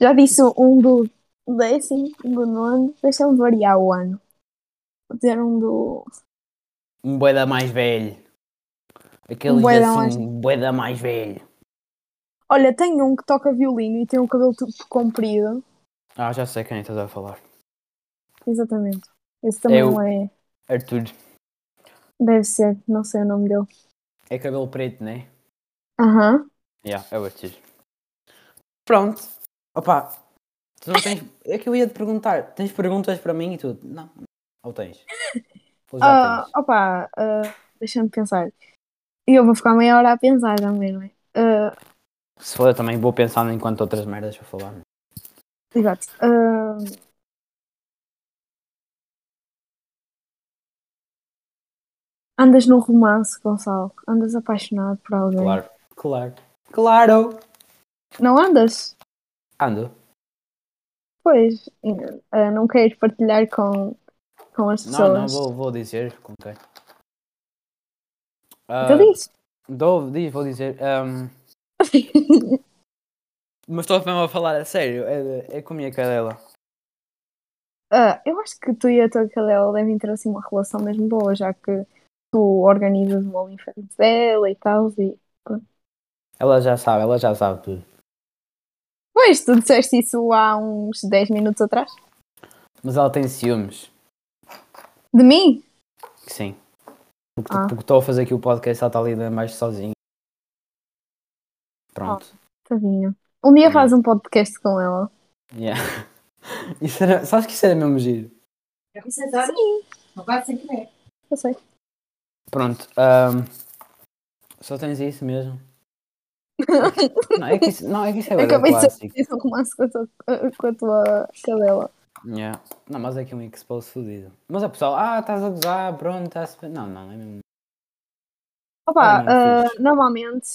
Já disse um do décimo, um do nono. Deixa-me variar o ano. Vou dizer um do. Um boeda mais velho. Aquele Um bué da mais- assim, um boeda mais velho. Olha, tem um que toca violino e tem um cabelo tudo comprido. Ah, já sei quem estás a falar. Exatamente. Esse também É o- não é. Arthur. Deve ser, não sei o nome dele. É cabelo preto, não é? Aham. Yeah, é o Arthur. Pronto. Opa. Tu não tens. É que eu ia te perguntar. Tens perguntas para mim e tudo? Não. Ou tens? Ou já Ah, tens? opa, ah, deixa-me pensar. E eu vou ficar meia hora a pensar também, não é? Ah, Se for, eu também vou pensando enquanto outras merdas vou falar. exato. Ah, Andas num romance, Gonçalo? Andas apaixonado por alguém? Claro. Claro. Claro! Não andas? Ando. Pois, ah, não queres partilhar com, com as Não, pessoas. não, vou, vou dizer com quem. Ah, Então diz. dou- diz, vou dizer. um, ahm, mas estou mesmo a falar a sério, é, é com a minha cadela. Ah, eu acho que tu e a tua cadela devem ter assim uma relação mesmo boa, já que tu organizas o OnlyFans dela e tal. E... Ela já sabe, ela já sabe tudo. Pois, tu disseste isso há uns 10 minutos atrás. Mas ela tem ciúmes, De mim? sim. Porque Ah. porque estou a fazer aqui o podcast, ela está ali mais sozinha. Pronto. Tadinha. Um dia Não. faz um podcast com ela. Yeah. Isso era, sabes que isso era mesmo giro? Já me sentaram? Sim. Agora sem querer. Eu sei. Pronto. ahm, só tens isso mesmo? não, é que isso, não, é que isso é bué da Acabei de clássico. Tens um romance com a tua, com a tua cadela. Yeah. Não, mas é aqui um expose fodido. Mas a pessoal, ah, estás a gozar, pronto, estás a... Não, não, é mesmo. Opa, Ai, não ah, normalmente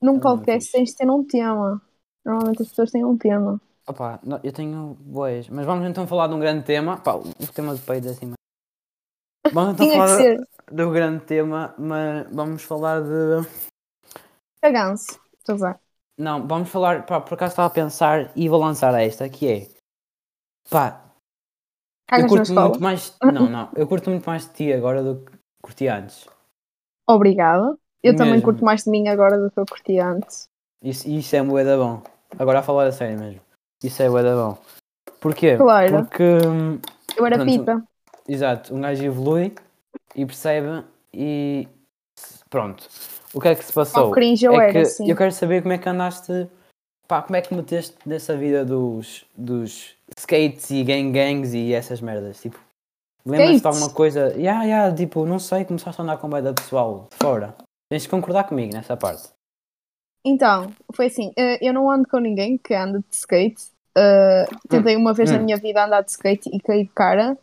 num não podcast fiz. tens de ter um tema. Normalmente as pessoas têm um tema. Opa, não, eu tenho boas. Mas vamos então falar de um grande tema. Pá, o tema do peito é assim, mas... Vamos então Tinha que falar ser do grande tema, mas vamos falar de... caganço. Estou a usar. Não, vamos falar, pá, por acaso estava a pensar e vou lançar esta, que é... Pá, eu Cagas na curto escola. muito mais... Não, não, eu curto muito mais de ti agora do que curti antes. Obrigada. Eu também Mesmo. curto mais de mim agora do que eu curti antes. Isso, isso é bué da bom. Agora a falar a sério mesmo. Isso é bué da bom. Porquê? Claro. Porque, hum, Eu era Pronto. pipa. exato, um gajo evolui e percebe e pronto. O que é que se Ao passou? cringe eu é era, que assim. eu quero saber como é que andaste, pá, como é que meteste nessa vida dos, dos skates e gang gangs e essas merdas, tipo. Lembras-te de Skates? alguma coisa? Ya, ya, tipo, não sei, começaste a andar com bué da pessoal de fora. Tens de concordar comigo nessa parte. Então, foi assim, eh, eu não ando com ninguém que anda de skate. Eh, tentei uma vez na Hum. minha vida andar de skate e caí de cara.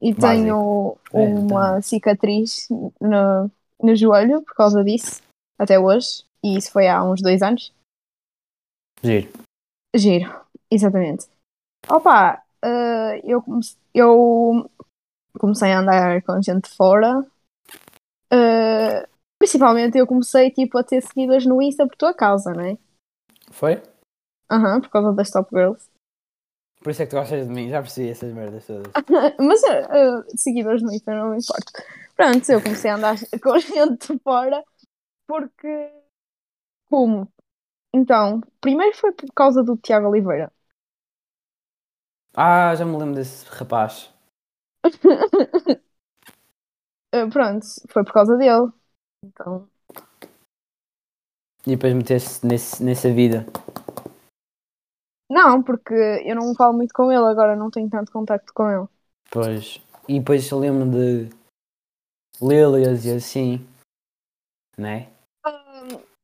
E Básico. tenho É, uma cicatriz no, no joelho por causa disso, até hoje. E isso foi há uns dois anos. Giro. Giro, exatamente. Opa, eh, eu, comece- eu comecei a andar com gente de fora. Eh, principalmente eu comecei tipo, a ter seguidas no Insta por tua causa, não é? Foi? Aham, por causa das Top Girls. Por isso é que tu gostas de mim, já percebi essas merdas todas. Mas ah, ah, seguidores no Insta não me importa. Pronto, eu comecei a andar com gente de fora porque. Como? Então, primeiro foi por causa do Tiago Oliveira. Ah, já me lembro desse rapaz. Ah, pronto, foi por causa dele. Então, E depois meteste nesse, nessa vida. não, porque eu não falo muito com ele agora, não tenho tanto contacto com ele. Pois. E depois eu lembro de Lilias e assim. Né?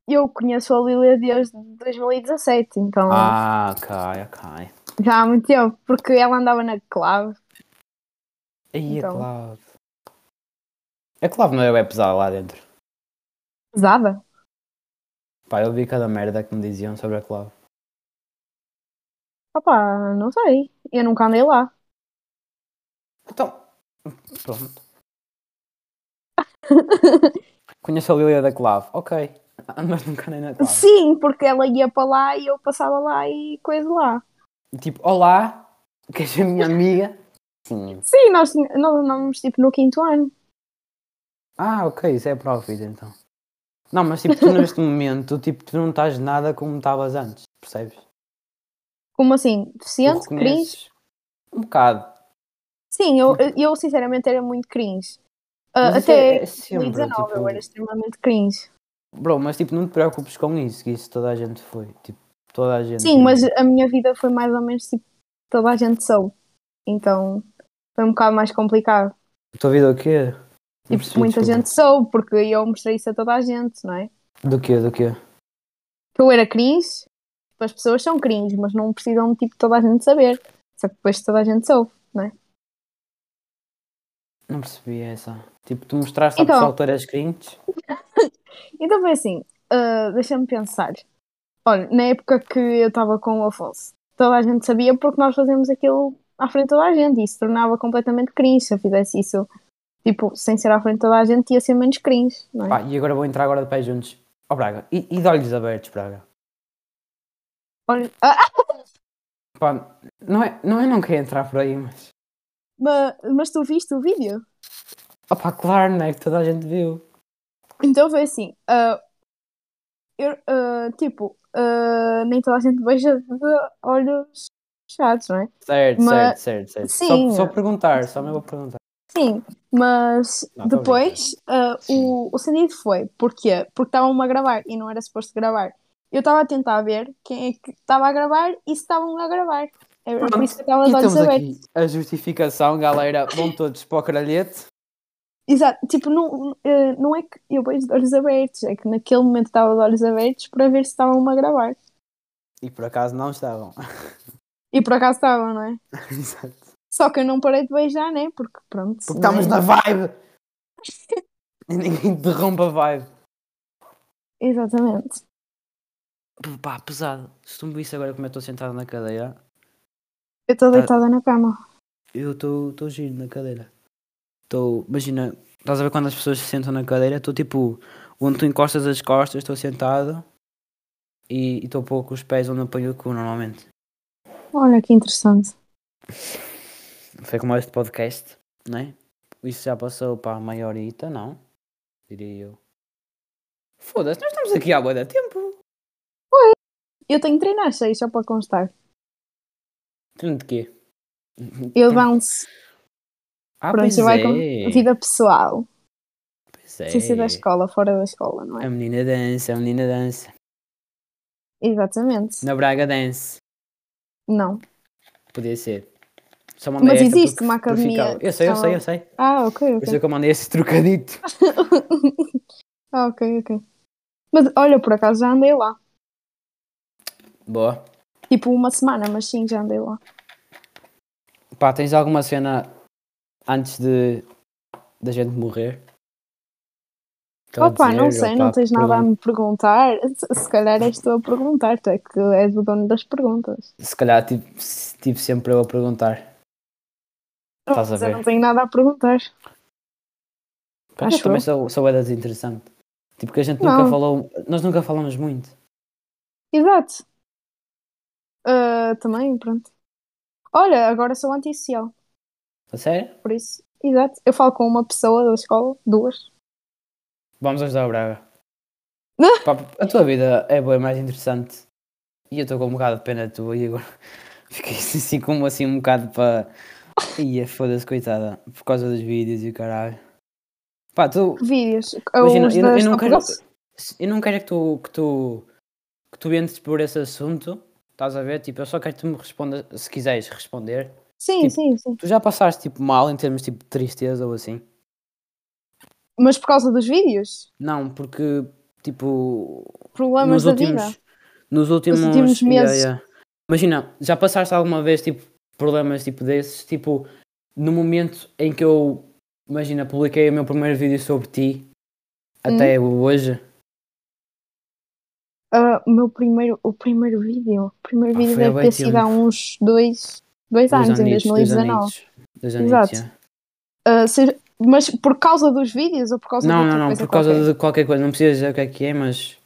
Eu conheço a Lilia desde 2017, então Ah, ok, ok. já há muito tempo, porque ela andava na clave. Aí Então. a Clave. A Clave não é bem pesada lá dentro. Pesada. Pá, eu vi cada merda que me diziam sobre a Clave. Opá, não sei. Eu nunca andei lá. Então, pronto. Conheço a Lilia da Clave. Ok. Ah, Mas nunca nem na Clave. Sim, porque ela ia para lá e eu passava lá e coisa lá. Tipo, olá, queres ser minha amiga? Sim. Sim, nós, tinha- nós andávamos tipo no quinto ano. Ah, ok, isso é para a vida então. Não, mas tipo, tu neste momento, tipo, tu não estás nada como estavas antes, percebes? Tu Como assim? Deficiente? Cringe? reconheces Um bocado. Sim, eu, eu sinceramente era muito cringe. Ah, Mas isso até é- é sempre, 2019 eu tipo- era extremamente cringe. Bro, mas tipo, não te preocupes com isso, que isso toda a gente foi. Tipo, toda a gente. Sim, mas a minha vida foi mais ou menos tipo toda a gente soube. Então foi um bocado mais complicado. A tua vida é o quê? Não Tipo, percebi, muita desculpa. gente soube, porque eu mostrei isso a toda a gente, não é? Do quê? Do quê? Que eu era cringe, tipo, as pessoas são cringe, mas não precisam tipo toda a gente saber. Só que depois toda a gente soube. Não percebi essa. Tipo, tu mostraste ao Então. pessoal que tu eras cringe? Então foi assim, ah, deixa-me pensar. Olha, na época que eu estava com o Afonso, toda a gente sabia porque nós fazíamos aquilo à frente de toda a gente e isso tornava completamente cringe se eu fizesse isso. Tipo, sem ser à frente de toda a gente ia ser menos cringe, não é? Pá, Ah, e agora vou entrar agora de pé juntos. Ó Braga, e, e de olhos abertos, Braga? Olha, ah, ah, Pá, não é, não é não queria entrar por aí, mas... ma- mas, tu viste o vídeo? Opá, claro, né? Que toda a gente viu. Então foi assim, ah, eu, ah, tipo, ah, nem toda a gente beija de olhos fechados, não é? Certo, certo, Mas- certo, certo. Sim. Só, só perguntar, só mesmo a perguntar. Sim, mas Não, tô depois ah, o, o sentido foi, porquê? Porque estavam-me a gravar e não era suposto gravar. Eu estava a tentar ver quem é que estava a gravar e se estavam a gravar. É por Pronto, isso que eu E estava de olhos temos abertos. aqui a justificação, galera. Vão todos para o caralhete. Exato, tipo, não, eh, não é que eu vejo de olhos abertos, é que naquele momento estava de olhos abertos para ver se estavam a gravar. E por acaso não estavam. E por acaso estavam, não é? Exato. Só que eu não parei de beijar, né? Porque pronto. Porque não é? estamos na vibe. E ninguém derrompa a vibe. Exatamente. Pá, pesado. Se tu me visse agora como eu estou sentado na cadeira, Eu estou Tá. deitada na cama. eu estou giro na cadeira. Estou, imagina, estás a ver quando as pessoas se sentam na cadeira? Estou tipo, onde tu encostas as costas, estou sentado e estou pouco os pés onde apanho o cu normalmente. Olha que interessante. Foi como este podcast, não é? Isso já passou para a maiorita, não? Diria eu. Foda-se, nós estamos aqui há boa da tempo. Eu tenho que treinar seis só para constar. Tendo de quê? Eu bounce. Ah, Pronto, pois isso vai é. com vida pessoal. Pois é. Sem ser da escola, fora da escola, não é? A menina dança, a menina dança. É. Exatamente. Na Braga dance. Não. Podia ser. Só mandei Mas esta existe porque- uma porque academia ficava- Eu sei, eu que sei, eu sei. Ah, ok, Por ok. isso é que eu mandei esse trocadito. Ah, ok, ok. Mas olha, por acaso já andei lá. Boa. Tipo uma semana, mas sim, já andei lá. Pá, tens alguma cena antes de da gente morrer? Quer Opa, Tá dizer, não sei, opá, não tens nada a pergunta- me perguntar. Se, se calhar és tu a perguntar, tu é que és o dono das perguntas. Se calhar tive, se- tive sempre eu a perguntar. Estás Tá a Mas eu ver. não tenho nada a perguntar. Pá, Acho mas também eu. sou, sou é desinteressante. Tipo, que a gente Não. nunca falou. Nós nunca falamos muito. Exato. Ah, também, pronto. Olha, agora sou antissocial. A sério? Por isso, exato. Eu falo com uma pessoa da escola, duas. Vamos ajudar o Braga. Não. Pá, a tua vida é boa, mais interessante. E eu estou com um bocado de pena tua e agora fiquei assim como assim um bocado para. Ia, foda-se, coitada, por causa dos vídeos e o caralho. Pá, tu. Vídeos. Imagina, os eu, não- das eu não quero. Topogas. Eu não quero é que tu, que tu. que tu entres por esse assunto. Estás a ver? Tipo, eu só quero que tu me respondas, se quiseres responder. Sim, tipo- sim, sim. Tu já passaste tipo mal em termos tipo de tristeza ou assim? Mas por causa dos vídeos? Não, porque tipo. nos Problemas da últimos, vida? Nos últimos, últimos yeah, meses. yeah. Imagina, já passaste alguma vez tipo problemas tipo desses, tipo no momento em que eu, imagina, publiquei Hum. o meu primeiro vídeo sobre ti até hoje, ah, o meu primeiro, o primeiro vídeo. O primeiro Ah, vídeo foi há deve bué ter sido há tempo. uns dois, dois Dois anos, em anitos, dois 2019. anitos. Dois anitos, Exato. yeah. Ah, se- mas por causa dos vídeos ou por causa de Não, outra não, não, coisa por causa qualquer? de qualquer coisa, não precisas dizer o que é que é, mas.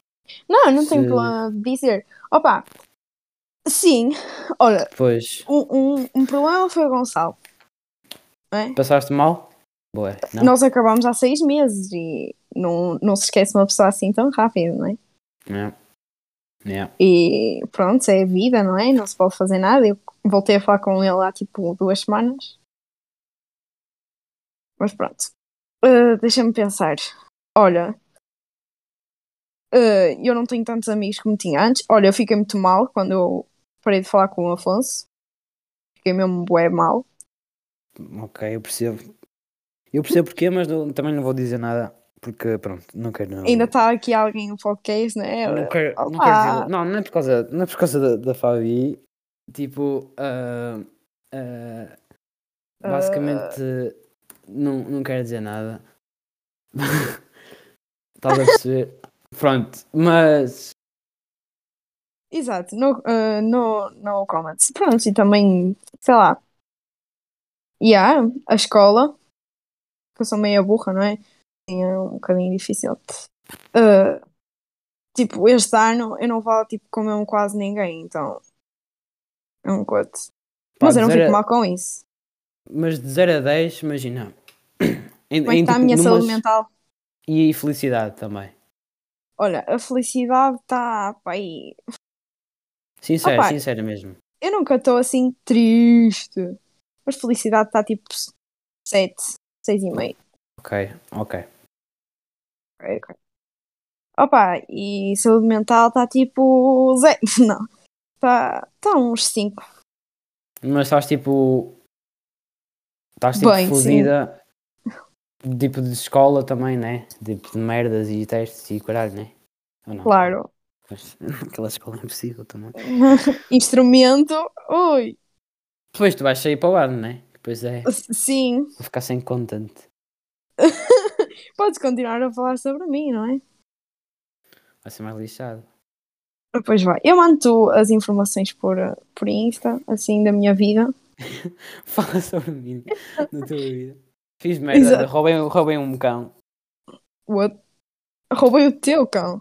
Não, não tenho Se- problema de dizer. Opa, sim, olha, Pois. um, um, um problema foi o Gonçalo. Passaste mal? Boa. Não. Nós acabámos há seis meses e não, não se esquece uma pessoa assim tão rápido, não é? Yeah. Yeah. E pronto, é a vida, não é? Não se pode fazer nada. Eu voltei a falar com ele há tipo duas semanas. Mas pronto. Ah, Deixa-me pensar. Olha, ah, eu não tenho tantos amigos como tinha antes. Olha, eu fiquei muito mal quando eu parei de falar com o Afonso. Fiquei mesmo bué mal. Ok, eu percebo. Eu percebo porquê, mas não- também não vou dizer nada, porque pronto, não quero. Ainda está aqui alguém no podcast, não é? Não quero, não, quero Olá. dizer- não, não é por causa, não é por causa da, da Fabi. Tipo, ah, ah, Ah. basicamente, não, não quero dizer nada. Estás a perceber? Pronto, mas. Exato, no, eh, no, no comments. Pronto, e também, sei lá. Yeah, a escola, que eu sou meio burra, não é? Sim, é um bocadinho difícil. Eh, tipo, este ano eu não falo tipo, com mesmo quase ninguém, então é um cote. pá, Mas eu não dizer fico a- mal com isso. Mas de 0 a 10, imagina. Em, Como é que em, está a tipo, minha números saúde mental? E felicidade também. Olha, a felicidade está aí. Sincero, Opa. sincero mesmo. Eu nunca estou assim triste, mas felicidade está tipo 7, 6,5. Ok, ok. Ok, ok. Opa, e saúde mental está tipo. Zé. Não. Está tá uns 5. Mas estás tipo. Estás tipo Bem, sim. fodida. Tipo de escola também, né? Tipo de merdas e testes e caralho, né? Ou não? Claro. Mas, aquela escola é impossível também. Instrumento. Ui. Depois tu vais sair para o lado, né? Depois é. Vou Sim. ficar sem content. Podes continuar a falar sobre mim, não é? Vai ser mais lixado. Pois vai. Eu mando as informações por, eh, por Insta, assim, da minha vida. Fala sobre mim na tua vida. Fiz merda, Exato. roubei, roubei um cão. What? Roubei o teu cão.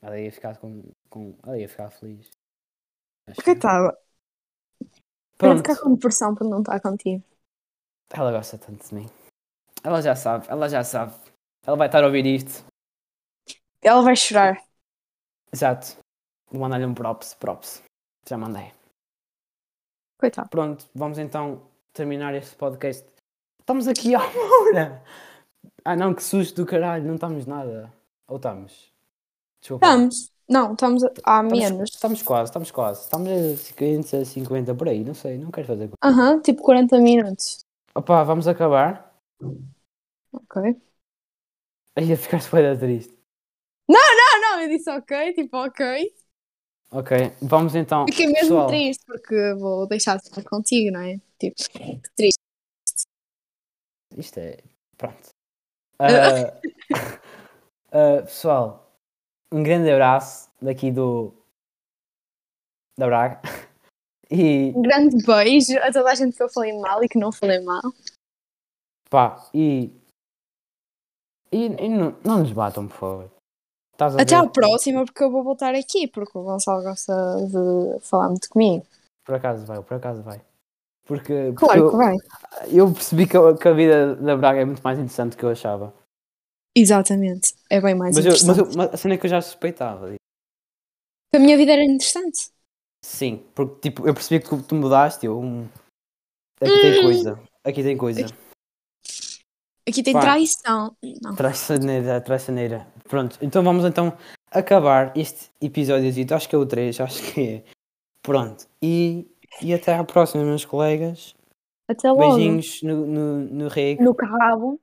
Ela ia ficar com. com... Ela ia ficar feliz. Acho eu. Coitada. Para Pronto. ficar com depressão por não estar contigo. Ela gosta tanto de mim. Ela já sabe, ela já sabe. Ela vai estar a ouvir isto. Ela vai chorar. Exato. Vou mandar-lhe um props, props. Já mandei. Coitada. Pronto, vamos então terminar este podcast. Estamos aqui à uma hora. Ah não, que susto do caralho, não estamos nada. Ou estamos? Desculpa. Estamos. Não, estamos a- há menos. Estamos quase, estamos quase. Estamos a 50, 50 por aí, não sei, não quero fazer. Aham, tipo 40 minutos. Opa, vamos acabar. Ok. Aí ficaste bué da triste. Não, eu disse ok, tipo ok. Ok, vamos então. Fiquei mesmo Pessoal, triste porque vou deixar de estar contigo, não é? Tipo, que triste. Isto é. Pronto. Ah, ah, pessoal, um grande abraço daqui do. da Braga. E. Um grande beijo a toda a gente que eu falei mal e que não falei mal. Tá pá, e. e, e não, não nos batam, por favor. Estás a Até ver? à próxima, porque eu vou voltar aqui, porque o Gonçalo gosta de falar muito comigo. Por acaso vai, por acaso vai. Porque, porque Claro que eu, vai. eu percebi que a, que a vida da Braga é muito mais interessante do que eu achava. Exatamente. É bem mais Mas, eu, interessante. mas, eu, mas a cena é que eu já suspeitava. A minha vida era interessante. Sim, porque tipo, eu percebi que tu, tu mudaste, eu. hum, Aqui tem coisa. Aqui tem coisa. Aqui tem Pá. traição. Não. Traiçoneira, traiçoneira. Pronto, então vamos então acabar este episódiozito. Acho que é o 3, acho que é. Pronto. E, e até à próxima, meus colegas. Até logo. Beijinhos no, no, no rego No carro.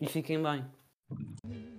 e fiquem bem.